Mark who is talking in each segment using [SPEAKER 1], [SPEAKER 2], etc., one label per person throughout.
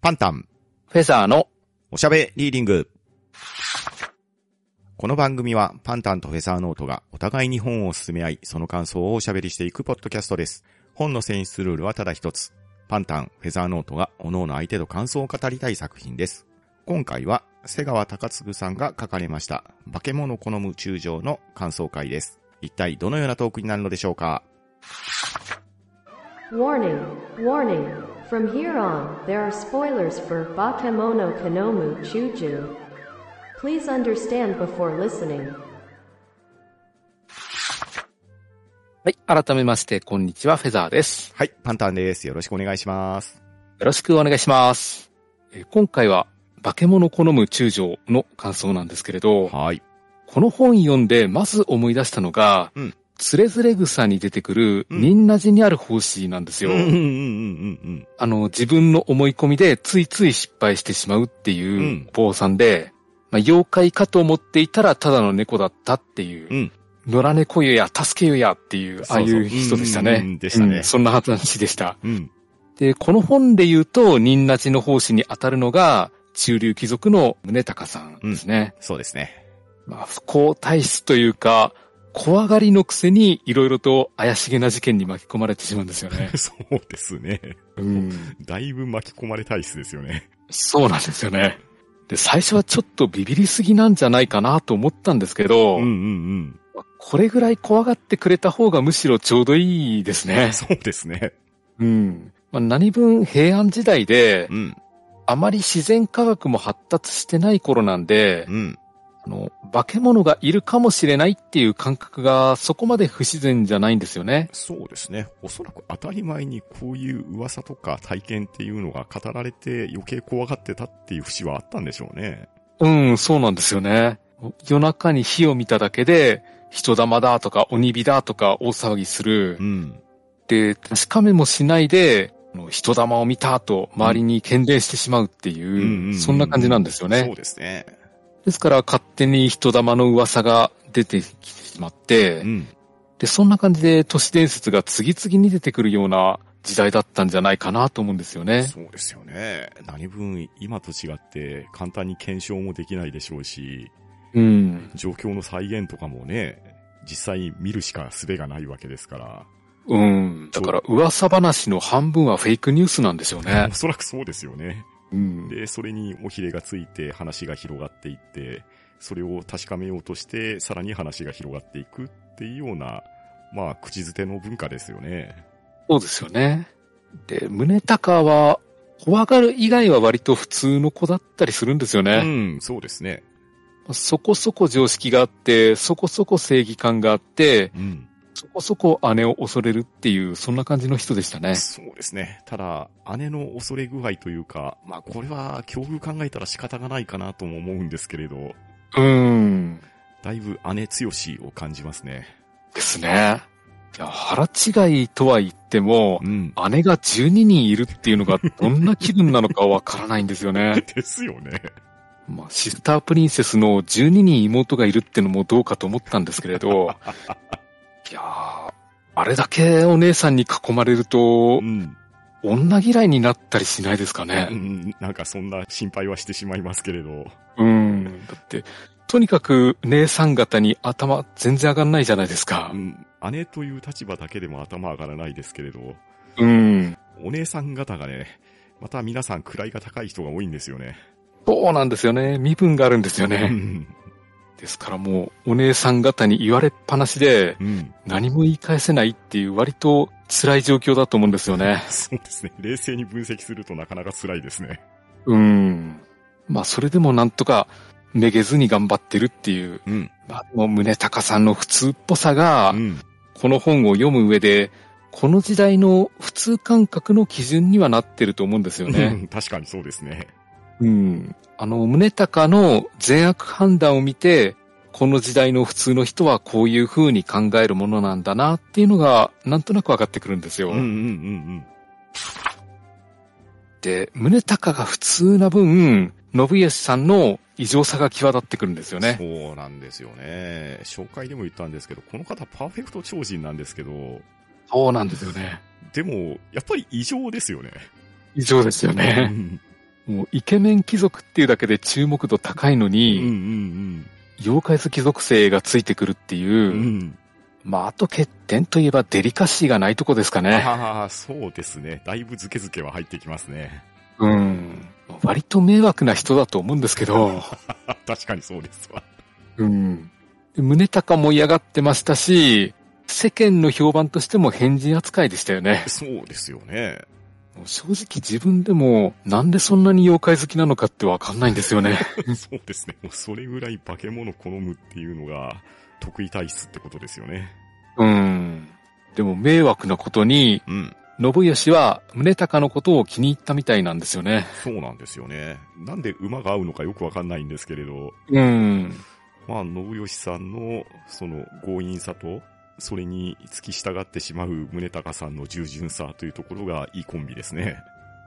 [SPEAKER 1] パンタン、
[SPEAKER 2] フェザーの、
[SPEAKER 1] おしゃべリーディング。この番組は、パンタンとフェザーノートがお互いに本を進め合い、その感想をおしゃべりしていくポッドキャストです。本の選出ルールはただ一つ。パンタン、フェザーノートが、各々相手と感想を語りたい作品です。今回は、瀬川隆嗣さんが書かれました、化け物好む中将の感想会です。一体どのようなトークになるのでしょうか
[SPEAKER 3] Warning, warning. From here on, there are spoilers for Bakemono Konomu Chuju. Please understand before listening.
[SPEAKER 2] はい、改めまして、こんにちは、フェザーです。
[SPEAKER 1] はい、パンタンです。よろしくお願いします。
[SPEAKER 2] よろしくお願いします。えー今回は、化け物好む中将の感想なんですけれど、
[SPEAKER 1] はい。
[SPEAKER 2] この本読んでまず思い出したのが、
[SPEAKER 1] うん
[SPEAKER 2] つれづれ草に出てくる、
[SPEAKER 1] うん
[SPEAKER 2] ニンナジにある方針なんです
[SPEAKER 1] うん
[SPEAKER 2] よ。
[SPEAKER 1] うんうんうん
[SPEAKER 2] あの、自分の思い込みでついつい失敗してしまうって
[SPEAKER 1] う
[SPEAKER 2] い
[SPEAKER 1] ん
[SPEAKER 2] うお坊さんで、まあ、妖怪かと思っていたらただの猫だったっていう、
[SPEAKER 1] うん
[SPEAKER 2] 野良猫よや助けよやっていう、ああい
[SPEAKER 1] そうそう
[SPEAKER 2] う人でしたね。
[SPEAKER 1] うんうんうんでしたね
[SPEAKER 2] うんそんな話でした。
[SPEAKER 1] うん。うん。
[SPEAKER 2] で、この本で言うと、仁和寺の奉仕に当たるのが、中流貴族の宗隆さんですね。
[SPEAKER 1] そうですね。。
[SPEAKER 2] まあ、不幸体質というか、怖がりのくせにいろいろと怪しげな事件に巻き込まれてしまうんですよね
[SPEAKER 1] そうですね。
[SPEAKER 2] うん。
[SPEAKER 1] だいぶ巻き込まれたい質ですよね。
[SPEAKER 2] そうなんですよね。で、最初はちょっとビビりすぎなんじゃないかなと思ったんですけど、
[SPEAKER 1] うんうん
[SPEAKER 2] これぐらい怖がってくれた方がむしろちょうどいいです
[SPEAKER 1] う
[SPEAKER 2] ね
[SPEAKER 1] ん。。 そうですね。
[SPEAKER 2] うん。まあ、何分平安時代で、
[SPEAKER 1] うん。
[SPEAKER 2] あまり自然科学も発達してない頃なんで、
[SPEAKER 1] うん。
[SPEAKER 2] あの、化け物がいるかもしれないっていう感覚がそこまで不自然じゃないんですよね。
[SPEAKER 1] そうですね。おそらく当たり前にこういう噂とか体験っていうのが語られて余計怖がってたっていう節はあったんでしょうね。
[SPEAKER 2] うん、そうなんですよね。夜中に火を見ただけで、人玉だとか鬼火だとか大騒ぎする
[SPEAKER 1] う。ん。
[SPEAKER 2] で、確かめもしないで、あの人玉を見たと周りに喧伝してしまうって
[SPEAKER 1] うんうんうんう
[SPEAKER 2] い
[SPEAKER 1] ん
[SPEAKER 2] う、そんな感じなんです
[SPEAKER 1] そ
[SPEAKER 2] よね
[SPEAKER 1] う。ですね。
[SPEAKER 2] ですから勝手に人玉の噂が出てきてしまって
[SPEAKER 1] う、ん。
[SPEAKER 2] で、そんな感じで都市伝説が次々に出てくるような時代だったんじゃないかなと思うんですよね。
[SPEAKER 1] そうですよね。何分今と違って簡単に検証もできないでしょうし、
[SPEAKER 2] うん。
[SPEAKER 1] 状況の再現とかもね、実際見るしか術がないわけですから。
[SPEAKER 2] うん。だから噂話の半分はフェイクニュースなんでしょうね
[SPEAKER 1] お。そらくそうですよね。
[SPEAKER 2] うん。
[SPEAKER 1] で、それにおひれがついて話が広がっていって、それを確かめようとして、さらに話が広がっていくっていうような、まあ、口づての文化ですよね。
[SPEAKER 2] そうですよね。で、宗隆は、怖がる以外は割と普通の子だったりするんですよ
[SPEAKER 1] う
[SPEAKER 2] ね。
[SPEAKER 1] ん、そうですね。
[SPEAKER 2] そこそこ常識があって、そこそこ正義感があって、
[SPEAKER 1] うん。
[SPEAKER 2] そこそこ姉を恐れるっていう、そんな感じの人でしたね。
[SPEAKER 1] そうですね。ただ、姉の恐れ具合というか、まあ、これは境遇考えたら仕方がないかなとも思うんですけれど、
[SPEAKER 2] うん。
[SPEAKER 1] だいぶ姉強しを感じますね。
[SPEAKER 2] ですね。いや、腹違いとは言っても、
[SPEAKER 1] うん。
[SPEAKER 2] 姉が12人いるっていうのがどんな気分なのかわからないんですよね。
[SPEAKER 1] ですよね。
[SPEAKER 2] まあ、シスタープリンセスの12人妹がいるってのもどうかと思ったんですけれ ど、いやー、あれだけお姉さんに囲まれると
[SPEAKER 1] う、ん。
[SPEAKER 2] 女嫌いになったりしないですか
[SPEAKER 1] う
[SPEAKER 2] ね。
[SPEAKER 1] ん、なんかそんな心配はしてしまいますけれど。
[SPEAKER 2] うん。だって、とにかく姉さん方に頭全然上がんないじゃないですか
[SPEAKER 1] う。ん、姉という立場だけでも頭上がらないですけれど、
[SPEAKER 2] うん。
[SPEAKER 1] お姉さん方がね、また皆さん位が高い人が多いんですよね。
[SPEAKER 2] そうなんですよね。身分があるんですよ
[SPEAKER 1] う
[SPEAKER 2] ね。
[SPEAKER 1] ん。
[SPEAKER 2] ですからもう、お姉さん方に言われっぱなしで、
[SPEAKER 1] うん。
[SPEAKER 2] 何も言い返せないっていう割と辛い状況だと思うんですよね。
[SPEAKER 1] そうですね。冷静に分析するとなかなか辛いですね。
[SPEAKER 2] うん。まあ、それでもなんとか、めげずに頑張ってるっていう、
[SPEAKER 1] うん。
[SPEAKER 2] まあ、もう宗隆さんの普通っぽさ
[SPEAKER 1] う
[SPEAKER 2] が、
[SPEAKER 1] ん。
[SPEAKER 2] この本を読む上で、この時代の普通感覚の基準にはなってると思うんですよね。
[SPEAKER 1] 確かにそうですね。
[SPEAKER 2] うん。あの、宗隆の善悪判断を見て、この時代の普通の人はこういう風に考えるものなんだなっていうのが、なんとなく分かってくるんですよ。
[SPEAKER 1] うんうんうん
[SPEAKER 2] で、宗隆が普通な分、信義さんの異常さが際立ってくるんですよ
[SPEAKER 1] うん。
[SPEAKER 2] ね。
[SPEAKER 1] そうなんですよね。紹介でも言ったんですけど、この方パーフェクト超人なんですけど、
[SPEAKER 2] そうなんですよね。
[SPEAKER 1] でも、やっぱり異常ですよね。
[SPEAKER 2] 異常ですよ
[SPEAKER 1] う
[SPEAKER 2] ね。
[SPEAKER 1] ん
[SPEAKER 2] もうイケメン貴族っていうだけで注目度高いの
[SPEAKER 1] うんう
[SPEAKER 2] に、
[SPEAKER 1] ん
[SPEAKER 2] 妖怪好き属性がついてくるっていう、
[SPEAKER 1] うん。うん。
[SPEAKER 2] まあ、あと欠点といえばデリカシーがないとこですかね。
[SPEAKER 1] ああ、そうですね。だいぶズケズケは入ってきますね。
[SPEAKER 2] うん。割と迷惑な人だと思うんですけど、
[SPEAKER 1] 確かにそうですわ。
[SPEAKER 2] うん。胸高も嫌がってましたし、世間の評判としても変人扱いでしたよね。
[SPEAKER 1] そうですよね。
[SPEAKER 2] もう正直自分でもなんでそんなに妖怪好きなのかってわかんないんですよね。
[SPEAKER 1] そうですね。もうそれぐらい化け物好むっていうのが得意体質ってことですよね。
[SPEAKER 2] うん。でも迷惑なことに、
[SPEAKER 1] うん。
[SPEAKER 2] 信義は宗高のことを気に入ったみたいなんですよね。
[SPEAKER 1] そうなんですよね。なんで馬が合うのかよくわかんないんですけれど、
[SPEAKER 2] うん。
[SPEAKER 1] まあ、信義さんのその強引さと、それに付き従ってしまう宗高さんの従順さというところがいいコンビですね。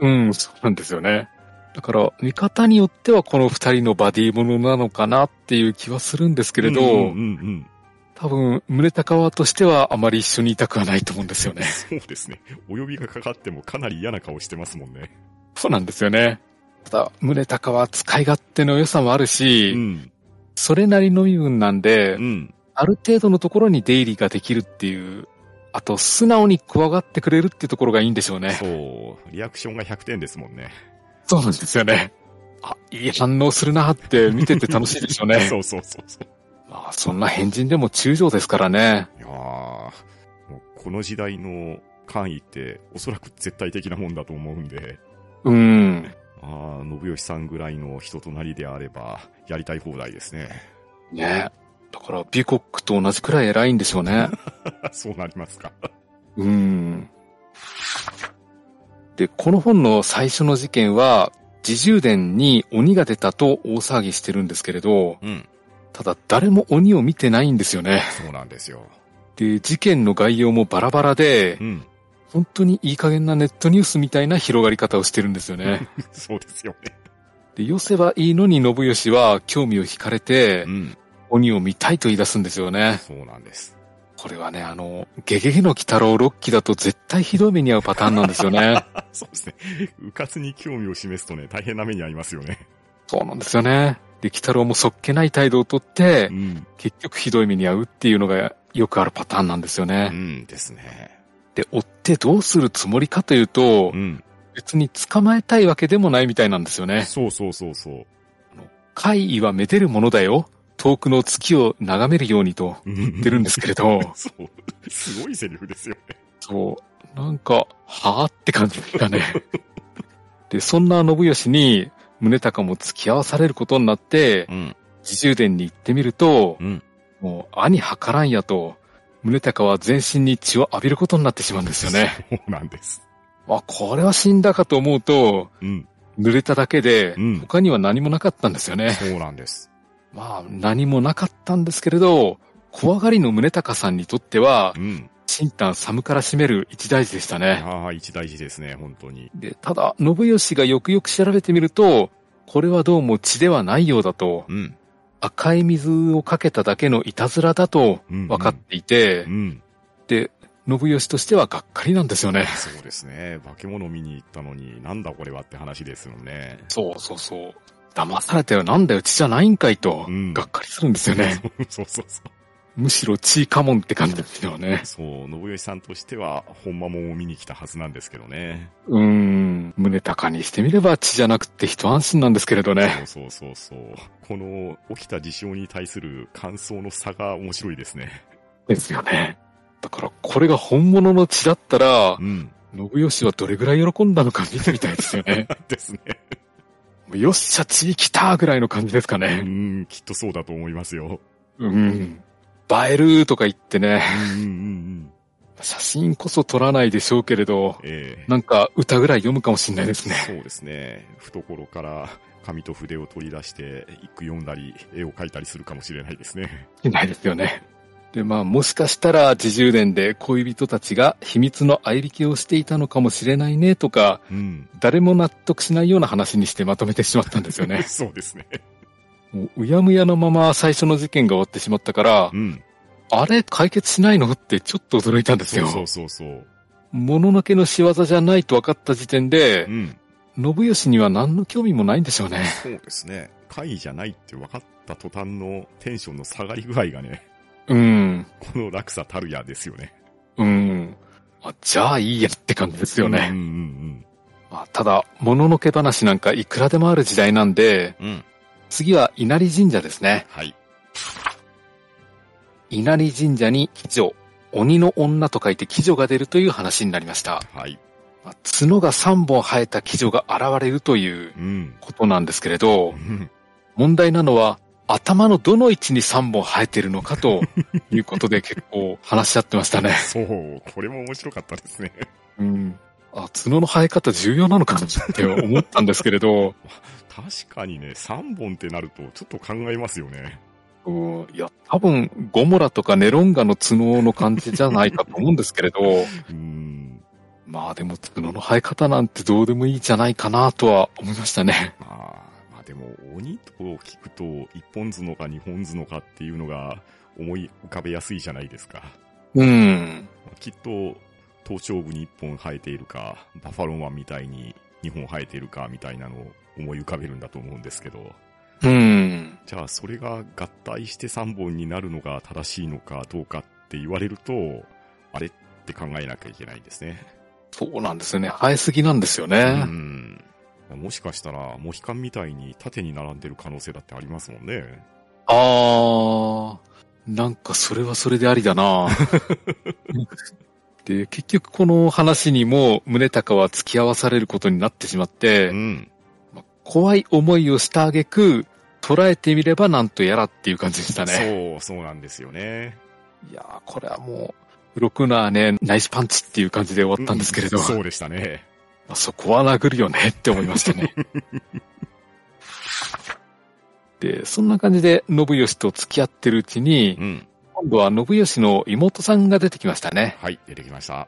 [SPEAKER 2] うん、そうなんですよね。だから、見方によってはこの二人のバディものなのかなっていう気はするんですけれど、
[SPEAKER 1] うんうんうん
[SPEAKER 2] 多分、宗高はとしてはあまり一緒にいたくはないと思うんですよ
[SPEAKER 1] うん。
[SPEAKER 2] ね。
[SPEAKER 1] そうですね。お呼びがかかってもかなり嫌な顔してますもんね。
[SPEAKER 2] そうなんですよね。ただ、宗高は使い勝手の良さもあるし、
[SPEAKER 1] うん。
[SPEAKER 2] それなりの身分なんで、
[SPEAKER 1] うん。
[SPEAKER 2] ある程度のところに出入りができるっていう、あと、素直に怖がってくれるっていうところがいいんでしょうね。
[SPEAKER 1] そう。リアクションが100点ですもんね。
[SPEAKER 2] そうなんですよね。あ、いい反応するなって見てて楽しいでしょうね。
[SPEAKER 1] そうそうそうそう。
[SPEAKER 2] まあ、そんな変人でも中将ですからね。
[SPEAKER 1] いやーもうこの時代の官位っておそらく絶対的なもんだと思うんで、
[SPEAKER 2] うん。
[SPEAKER 1] ああ、信義さんぐらいの人となりであれば、やりたい放題ですね。
[SPEAKER 2] ねだから、ビコックと同じくらい偉いんでしょう ね。
[SPEAKER 1] そうなりますか。
[SPEAKER 2] うん。で、この本の最初の事件は、自重伝に鬼が出たと大騒ぎしてるんですけれど、
[SPEAKER 1] うん。
[SPEAKER 2] ただ誰も鬼を見てないんですよね。
[SPEAKER 1] そうなんですよ。
[SPEAKER 2] で、事件の概要もバラバラで
[SPEAKER 1] う、ん。
[SPEAKER 2] 本当にいい加減なネットニュースみたいな広がり方をしてるんですよね。
[SPEAKER 1] そうですよね。
[SPEAKER 2] で、寄せばいいのに信義は興味を惹かれて
[SPEAKER 1] う、ん。
[SPEAKER 2] 鬼を見たいと言い出すんですよね。
[SPEAKER 1] そうなんです。
[SPEAKER 2] これはね、あの、ゲゲゲの鬼太郎6期だと絶対ひどい目に遭うパターンなんですよ ね。
[SPEAKER 1] あそうですね。うかつに興味を示すとね、大変な目に遭いますよね。
[SPEAKER 2] そうなんですよね。で、鬼太郎もそっけない態度をとって
[SPEAKER 1] う、ん。
[SPEAKER 2] 結局ひどい目に遭うっていうのがよくあるパターンなんですよ
[SPEAKER 1] う
[SPEAKER 2] ね。
[SPEAKER 1] んですね。
[SPEAKER 2] で、追ってどうするつもりかというと
[SPEAKER 1] う、ん。
[SPEAKER 2] 別に捕まえたいわけでもないみたいなんですよね。
[SPEAKER 1] そうそうそうそう。
[SPEAKER 2] 怪異はめでるものだよ。遠くの月を眺めるようにと
[SPEAKER 1] 言、
[SPEAKER 2] 言ってるんですけれど
[SPEAKER 1] そう。すごいセリフですよね。
[SPEAKER 2] そう、なんか、はぁって感じ がね。で、そんな信義に、宗隆も付き合わされることになって、
[SPEAKER 1] うん。
[SPEAKER 2] 自重殿に行ってみると、
[SPEAKER 1] うん。
[SPEAKER 2] もう、兄はからんやと、宗隆は全身に血を浴びることになってしまうんですよね。
[SPEAKER 1] そうなんです。
[SPEAKER 2] あ、これは死んだかと思うと、
[SPEAKER 1] うん。
[SPEAKER 2] 濡れただけで
[SPEAKER 1] うん、
[SPEAKER 2] 他には何もなかったんですよね。
[SPEAKER 1] そうなんです。
[SPEAKER 2] まあ、何もなかったんですけれど、怖がりの宗隆さんにとっては
[SPEAKER 1] う、ん。
[SPEAKER 2] 新丹サムから占める一大事でしたね。
[SPEAKER 1] ああ、一大事ですね、本当に。
[SPEAKER 2] で、ただ、信義がよくよく調べてみると、これはどうも血ではないようだと、
[SPEAKER 1] うん。
[SPEAKER 2] 赤い水をかけただけのいたずらだと
[SPEAKER 1] うん
[SPEAKER 2] 分かっていて、
[SPEAKER 1] うん。
[SPEAKER 2] で、信義としてはがっかりなんですよね。
[SPEAKER 1] そうですね。化け物見に行ったのに、なんだこれはって話ですよね。
[SPEAKER 2] そうそうそう。騙されたよ、なんだよ、血じゃないんかいと、
[SPEAKER 1] うん
[SPEAKER 2] がっかりするんですよね。
[SPEAKER 1] そうそうそう。
[SPEAKER 2] むしろ血かもんって感じですよね。
[SPEAKER 1] そう、信義さんとしては、本間もんを見に来たはずなんですけどね。
[SPEAKER 2] うーん、胸高にしてみれば血じゃなくて一安心なんですけれどね。
[SPEAKER 1] そうそうそうそう。この、起きた事象に対する感想の差が面白いですね。
[SPEAKER 2] ですよね。だから、これが本物の血だったら
[SPEAKER 1] う、ん。
[SPEAKER 2] 信義はどれぐらい喜んだのか見てみたいですよね。
[SPEAKER 1] ですね。
[SPEAKER 2] よっしゃ、血来たぐらいの感じですか
[SPEAKER 1] う
[SPEAKER 2] ね。
[SPEAKER 1] ん、きっとそうだと思いますよ。
[SPEAKER 2] うん。映えるとか言ってね、
[SPEAKER 1] うんうんうん。
[SPEAKER 2] 写真こそ撮らないでしょうけれど、
[SPEAKER 1] ええ。
[SPEAKER 2] なんか歌ぐらい読むかもしれないですね。
[SPEAKER 1] そうですね。懐から紙と筆を取り出して、一句読んだり、絵を描いたりするかもしれないですね。
[SPEAKER 2] いないですよね。で、まあ、もしかしたら自重伝で恋人たちが秘密の合いびきをしていたのかもしれないねとか、
[SPEAKER 1] うん。
[SPEAKER 2] 誰も納得しないような話にしてまとめてしまったんですよね。
[SPEAKER 1] そうですね。
[SPEAKER 2] もううやむやのまま最初の事件が終わってしまったから、
[SPEAKER 1] うん。
[SPEAKER 2] あれ解決しないのってちょっと驚いたんです
[SPEAKER 1] そう
[SPEAKER 2] よ。
[SPEAKER 1] そうそうそう。
[SPEAKER 2] もののけの仕業じゃないと分かった時点で
[SPEAKER 1] う、ん。
[SPEAKER 2] 信義には何の興味もないんでしょうね。
[SPEAKER 1] そうですね。会じゃないって分かった途端のテンションの下がり具合がね、
[SPEAKER 2] うん。
[SPEAKER 1] この落差たるやですよね。
[SPEAKER 2] うん。あじゃあいいやって感じですよ
[SPEAKER 1] うん
[SPEAKER 2] ね。
[SPEAKER 1] うん
[SPEAKER 2] まあ、ただ、もののけ話なんかいくらでもある時代なんで、
[SPEAKER 1] うん。うん。
[SPEAKER 2] 次は稲荷神社ですね。
[SPEAKER 1] はい。
[SPEAKER 2] 稲荷神社に鬼女、鬼の女と書いて鬼女が出るという話になりました。
[SPEAKER 1] はい。
[SPEAKER 2] まあ角が3本生えた鬼女が現れるという
[SPEAKER 1] うん。
[SPEAKER 2] ことなんですけれ
[SPEAKER 1] う
[SPEAKER 2] ど、
[SPEAKER 1] ん
[SPEAKER 2] 問題なのは頭のどの位置に3本生えてるのか ということで結構話し合ってましたね。
[SPEAKER 1] そう、これも面白かったですね。
[SPEAKER 2] うん。あ、角の生え方重要なのかなって思ったんですけれ ど、
[SPEAKER 1] 確かにね、3本ってなるとちょっと考えますよね。
[SPEAKER 2] うん、いや、多分ゴモラとかネロンガの角の感じじゃないかと思うんです けれど、
[SPEAKER 1] うん。
[SPEAKER 2] まあでも角の生え方なんてどうでもいいじゃないかなとは思いましたね。
[SPEAKER 1] まあ、まあでも、鬼と聞くと、一本角か二本角かっていうのが思い浮かべやすいじゃないですか。
[SPEAKER 2] うん。
[SPEAKER 1] きっと、頭頂部に一本生えているか、バファローマンみたいに二本生えているかみたいなのを思い浮かべるんだと思うんですけど、
[SPEAKER 2] うん。
[SPEAKER 1] じゃあそれが合体して三本になるのが正しいのかどうかって言われると、あれって考えなきゃいけないんですね。
[SPEAKER 2] そうなんですよね。生えすぎなんですよ
[SPEAKER 1] う
[SPEAKER 2] ね。
[SPEAKER 1] ん。もしかしたら、モヒカンみたいに縦に並んでる可能性だってありますもんね。
[SPEAKER 2] あー、なんかそれはそれであり だなで、結局この話にも宗隆は付き合わされることになってしまって、
[SPEAKER 1] うん。
[SPEAKER 2] まあ怖い思いをした挙句、捉えてみればなんとやらっていう感じでしたね。
[SPEAKER 1] そう、そうなんですよね。
[SPEAKER 2] いやー、これはもう、ろくなね、ナイスパンチっていう感じで終わったんですけれど、
[SPEAKER 1] うんそうでしたね。
[SPEAKER 2] まあそこは殴るよねって思いました ね。で、そんな感じで、信義と付き合ってるうちに、
[SPEAKER 1] うん。
[SPEAKER 2] 今度は信義の妹さんが出てきましたね。
[SPEAKER 1] はい、出てきました。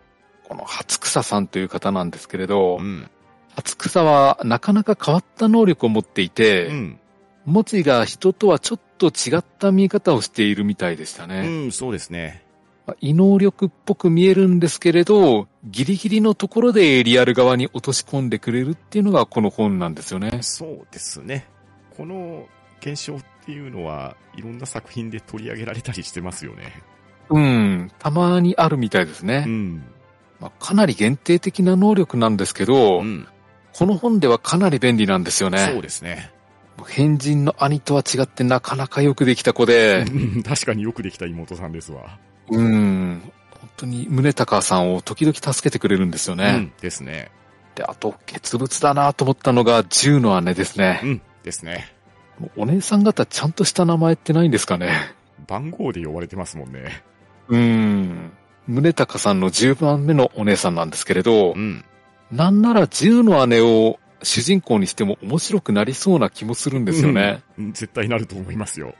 [SPEAKER 2] この初草さんという方なんですけれど
[SPEAKER 1] う、ん。
[SPEAKER 2] 初草はなかなか変わった能力を持っていうて、
[SPEAKER 1] ん。
[SPEAKER 2] 文字が人とはちょっと違った見え方をしているみたいでした
[SPEAKER 1] う
[SPEAKER 2] ね。
[SPEAKER 1] ん、そうですね。
[SPEAKER 2] まあ異能力っぽく見えるんですけれど、ギリギリのところでリアル側に落とし込んでくれるっていうのがこの本なんですよね。
[SPEAKER 1] そうですね。この現象っていうのは、いろんな作品で取り上げられたりしてますよね。
[SPEAKER 2] うん、たまにあるみたいですね
[SPEAKER 1] う。ん。
[SPEAKER 2] まあ、かなり限定的な能力なんですけど、
[SPEAKER 1] うん。
[SPEAKER 2] この本ではかなり便利なんですよ
[SPEAKER 1] そう
[SPEAKER 2] ね。
[SPEAKER 1] ですね。
[SPEAKER 2] 変人の兄とは違ってなかなかよくできた子で、
[SPEAKER 1] うん確かによくできた妹さんですわ。
[SPEAKER 2] うん、本当に宗隆さんを時々助けてくれるんですよ
[SPEAKER 1] う
[SPEAKER 2] ね。
[SPEAKER 1] ん。ですね。
[SPEAKER 2] で、あと、傑物だなと思ったのが銃の姉ですね
[SPEAKER 1] う。ん。ですね。
[SPEAKER 2] もうお姉さん方ちゃんとした名前ってないんですかね。
[SPEAKER 1] 番号で呼ばれてますもんね。
[SPEAKER 2] うん。宗隆さんの10番目のお姉さんなんですけれど、
[SPEAKER 1] うん。
[SPEAKER 2] なんなら銃の姉を主人公にしても面白くなりそうな気もするんですよね。
[SPEAKER 1] うん。絶対なると思いますよ。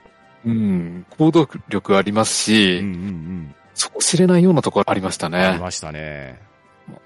[SPEAKER 2] うん、行動力ありますし、
[SPEAKER 1] うんうん
[SPEAKER 2] そこ知れないようなところありました
[SPEAKER 1] うん。あり
[SPEAKER 2] ね。
[SPEAKER 1] ましたね。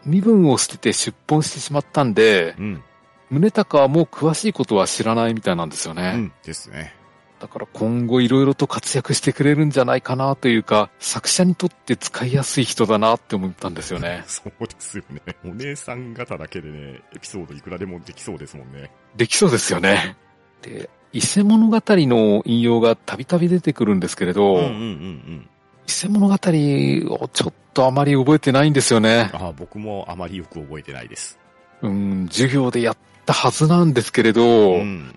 [SPEAKER 2] 身分を捨てて出奔してしまったんで、
[SPEAKER 1] うん。
[SPEAKER 2] 宗隆はもう詳しいことは知らないみたいなんですよ
[SPEAKER 1] う
[SPEAKER 2] ね。
[SPEAKER 1] ん。ですね。。
[SPEAKER 2] だから今後いろいろと活躍してくれるんじゃないかなというか、作者にとって使いやすい人だなって思ったんですよね
[SPEAKER 1] そうですよね。お姉さん方だけでね、エピソードいくらでもできそうですもんね。
[SPEAKER 2] できそうですよね。で、伊勢物語の引用がたびたび出てくるんですけれど、
[SPEAKER 1] うん。
[SPEAKER 2] 伊勢物語をちょっとあまり覚えてないんですよね。
[SPEAKER 1] ああ、僕もあまりよく覚えてないです。
[SPEAKER 2] うん、授業でやったはずなんですけれど、
[SPEAKER 1] うん。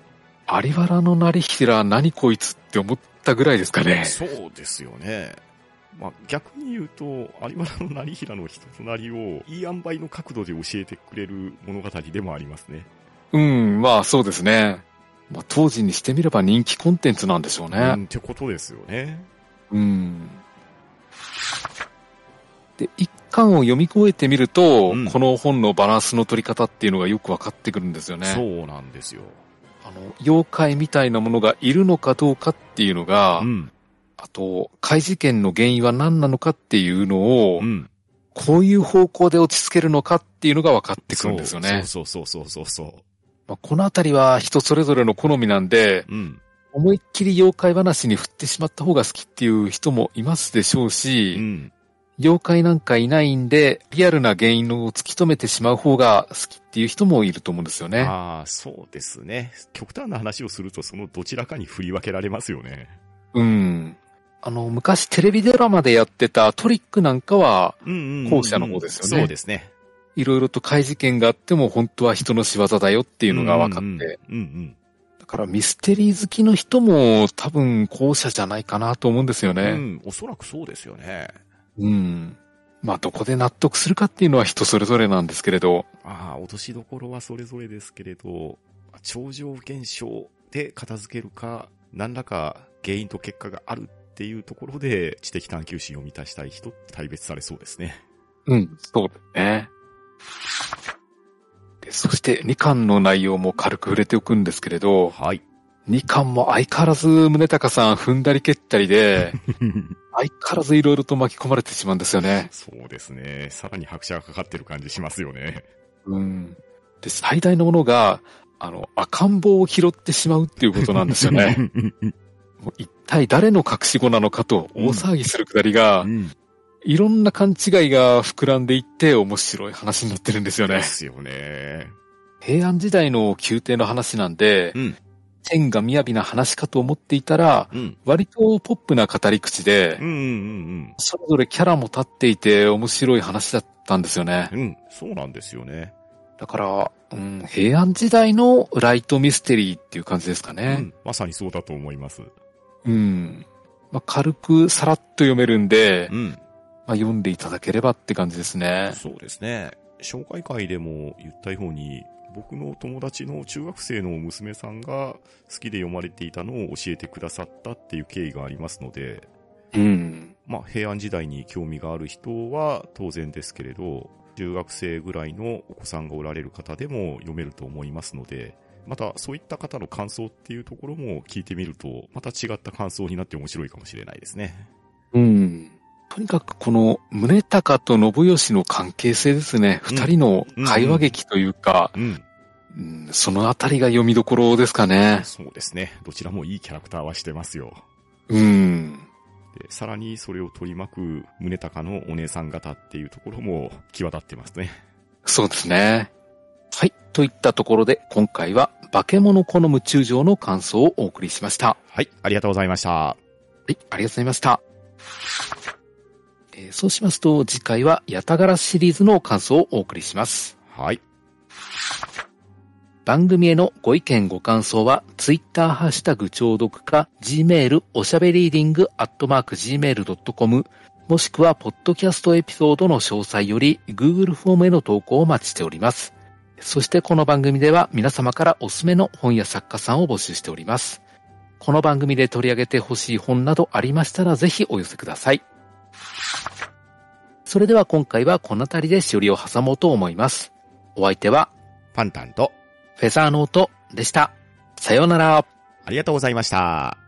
[SPEAKER 2] 有原のなりひら何こいつって思ったぐらいですかね。
[SPEAKER 1] そうですよね。まあ、逆に言うと、有馬の成平の人となりを、いい塩梅の角度で教えてくれる物語でもありますね。
[SPEAKER 2] うん、まあそうですね。まあ当時にしてみれば人気コンテンツなんでしょう
[SPEAKER 1] う
[SPEAKER 2] ね。
[SPEAKER 1] ん、ってことですよね。
[SPEAKER 2] うん。で、一巻を読み越えてみると、
[SPEAKER 1] うん
[SPEAKER 2] この本のバランスの取り方っていうのがよくわかってくるんですよね。
[SPEAKER 1] そうなんですよ。
[SPEAKER 2] あの、妖怪みたいなものがいるのかどうかっていうのが、
[SPEAKER 1] うん。
[SPEAKER 2] あと、怪事件の原因は何なのかっていうのを、
[SPEAKER 1] うん。
[SPEAKER 2] こういう方向で落ち着けるのかっていうのが分かってくるんですよね。
[SPEAKER 1] そうそうそうそうそうそ
[SPEAKER 2] まあ、このあたりは人それぞれの好みなんで、
[SPEAKER 1] う。うん。
[SPEAKER 2] 思いっきり妖怪話に振ってしまった方が好きっていう人もいますでしょう
[SPEAKER 1] う
[SPEAKER 2] し、
[SPEAKER 1] ん。
[SPEAKER 2] 妖怪なんかいないんで、リアルな原因を突き止めてしまう方が好きっていう人もいると思うんですよね。
[SPEAKER 1] ああ、そうですね。極端な話をすると、そのどちらかに振り分けられますよね。
[SPEAKER 2] うん。あの、昔テレビドラマでやってたトリックなんかは、
[SPEAKER 1] うんうんうん
[SPEAKER 2] 後者の方ですよ
[SPEAKER 1] そ
[SPEAKER 2] ね
[SPEAKER 1] うですね。
[SPEAKER 2] いろいろと怪事件があっても本当は人の仕業だよって
[SPEAKER 1] て
[SPEAKER 2] いうのが分かって、
[SPEAKER 1] うんうん。
[SPEAKER 2] だからミステリー好きの人も多分後者じゃないかなと思うんですよ
[SPEAKER 1] うんう
[SPEAKER 2] ね。
[SPEAKER 1] ん、おそらくそうですよね。
[SPEAKER 2] うん。まあ、どこで納得するかっていうのは人それぞれなんですけれど、
[SPEAKER 1] ああ、落としどころはそれぞれですけれど、超常現象で片付けるか、何らか原因と結果があるっていうところで、知的探求心を満たしたい人って大別されそうですね。
[SPEAKER 2] うん、そうですね。でそして2巻の内容も軽く触れておくんですけれど、
[SPEAKER 1] はい。
[SPEAKER 2] 2巻も相変わらず宗隆さん踏んだり蹴ったりで、相変わらずいろいろと巻き込まれてしまうんですよね。
[SPEAKER 1] そうですね。さらに拍車がかかってる感じしますよね。。
[SPEAKER 2] うん。で、最大のものが、あの、赤ん坊を拾ってしまうっていうことなんですよね。もう一体誰の隠し子なのかと大騒ぎするくだりが、
[SPEAKER 1] うん。
[SPEAKER 2] いろんな勘違いが膨らんでいって面白い話になってるんですよ
[SPEAKER 1] で
[SPEAKER 2] ね。
[SPEAKER 1] すよね。
[SPEAKER 2] 平安時代の宮廷の話なんで、
[SPEAKER 1] うん
[SPEAKER 2] 天が雅な話かと思っていたら、
[SPEAKER 1] うん。
[SPEAKER 2] 割とポップな語り口で、
[SPEAKER 1] うんうん
[SPEAKER 2] それぞれキャラも立っていて面白い話だったんですよね
[SPEAKER 1] うん。。うん。そうなんですよね。
[SPEAKER 2] だから、うん、平安時代のライトミステリーっていう感じですか
[SPEAKER 1] う
[SPEAKER 2] ね。
[SPEAKER 1] ん。まさにそうだと思います。
[SPEAKER 2] うん。まあ、軽くさらっと読めるんで、
[SPEAKER 1] うん。
[SPEAKER 2] まあ、読んでいただければって感じですね。
[SPEAKER 1] そうですね。紹介会でも言ったように、僕の友達の中学生の娘さんが好きで読まれていたのを教えてくださったっていう経緯がありますので、
[SPEAKER 2] うん。
[SPEAKER 1] まあ平安時代に興味がある人は当然ですけれど、中学生ぐらいのお子さんがおられる方でも読めると思いますので、またそういった方の感想っていうところも聞いてみると、また違った感想になって面白いかもしれないですね。
[SPEAKER 2] うん。とにかくこの、宗隆と信義の関係性ですね。
[SPEAKER 1] うん
[SPEAKER 2] 二、人の会話劇というか、
[SPEAKER 1] うん。
[SPEAKER 2] うんそのあたりが読みどころですかね。
[SPEAKER 1] そうですね。どちらもいいキャラクターはしてますよ。
[SPEAKER 2] うん。
[SPEAKER 1] でさらにそれを取り巻く宗隆のお姉さん方っていうところも際立ってますね。
[SPEAKER 2] そうですね。はい。といったところで、今回は、化け物好む中将の感想をお送りしました。
[SPEAKER 1] はい、ありがとうございました。
[SPEAKER 2] はい、ありがとうございました。えーそうしますと、次回は、ヤタガラシリーズの感想をお送りします。
[SPEAKER 1] はい、
[SPEAKER 2] 番組へのご意見ご感想は、ツイッターハッシュタグ聴読か、gmail おしゃべりーディングアットマーク gmail.com、もしくは、ポッドキャストエピソードの詳細より、Google フォームへの投稿をお待ちしております。そして、この番組では、皆様からおすすめの本や作家さんを募集しております。この番組で取り上げてほしい本などありましたら、ぜひお寄せください。それでは今回はこの辺りでしおりを挟もうと思います。お相手は、
[SPEAKER 1] パンタンと
[SPEAKER 2] フェザーノートでした。さようなら。
[SPEAKER 1] ありがとうございました。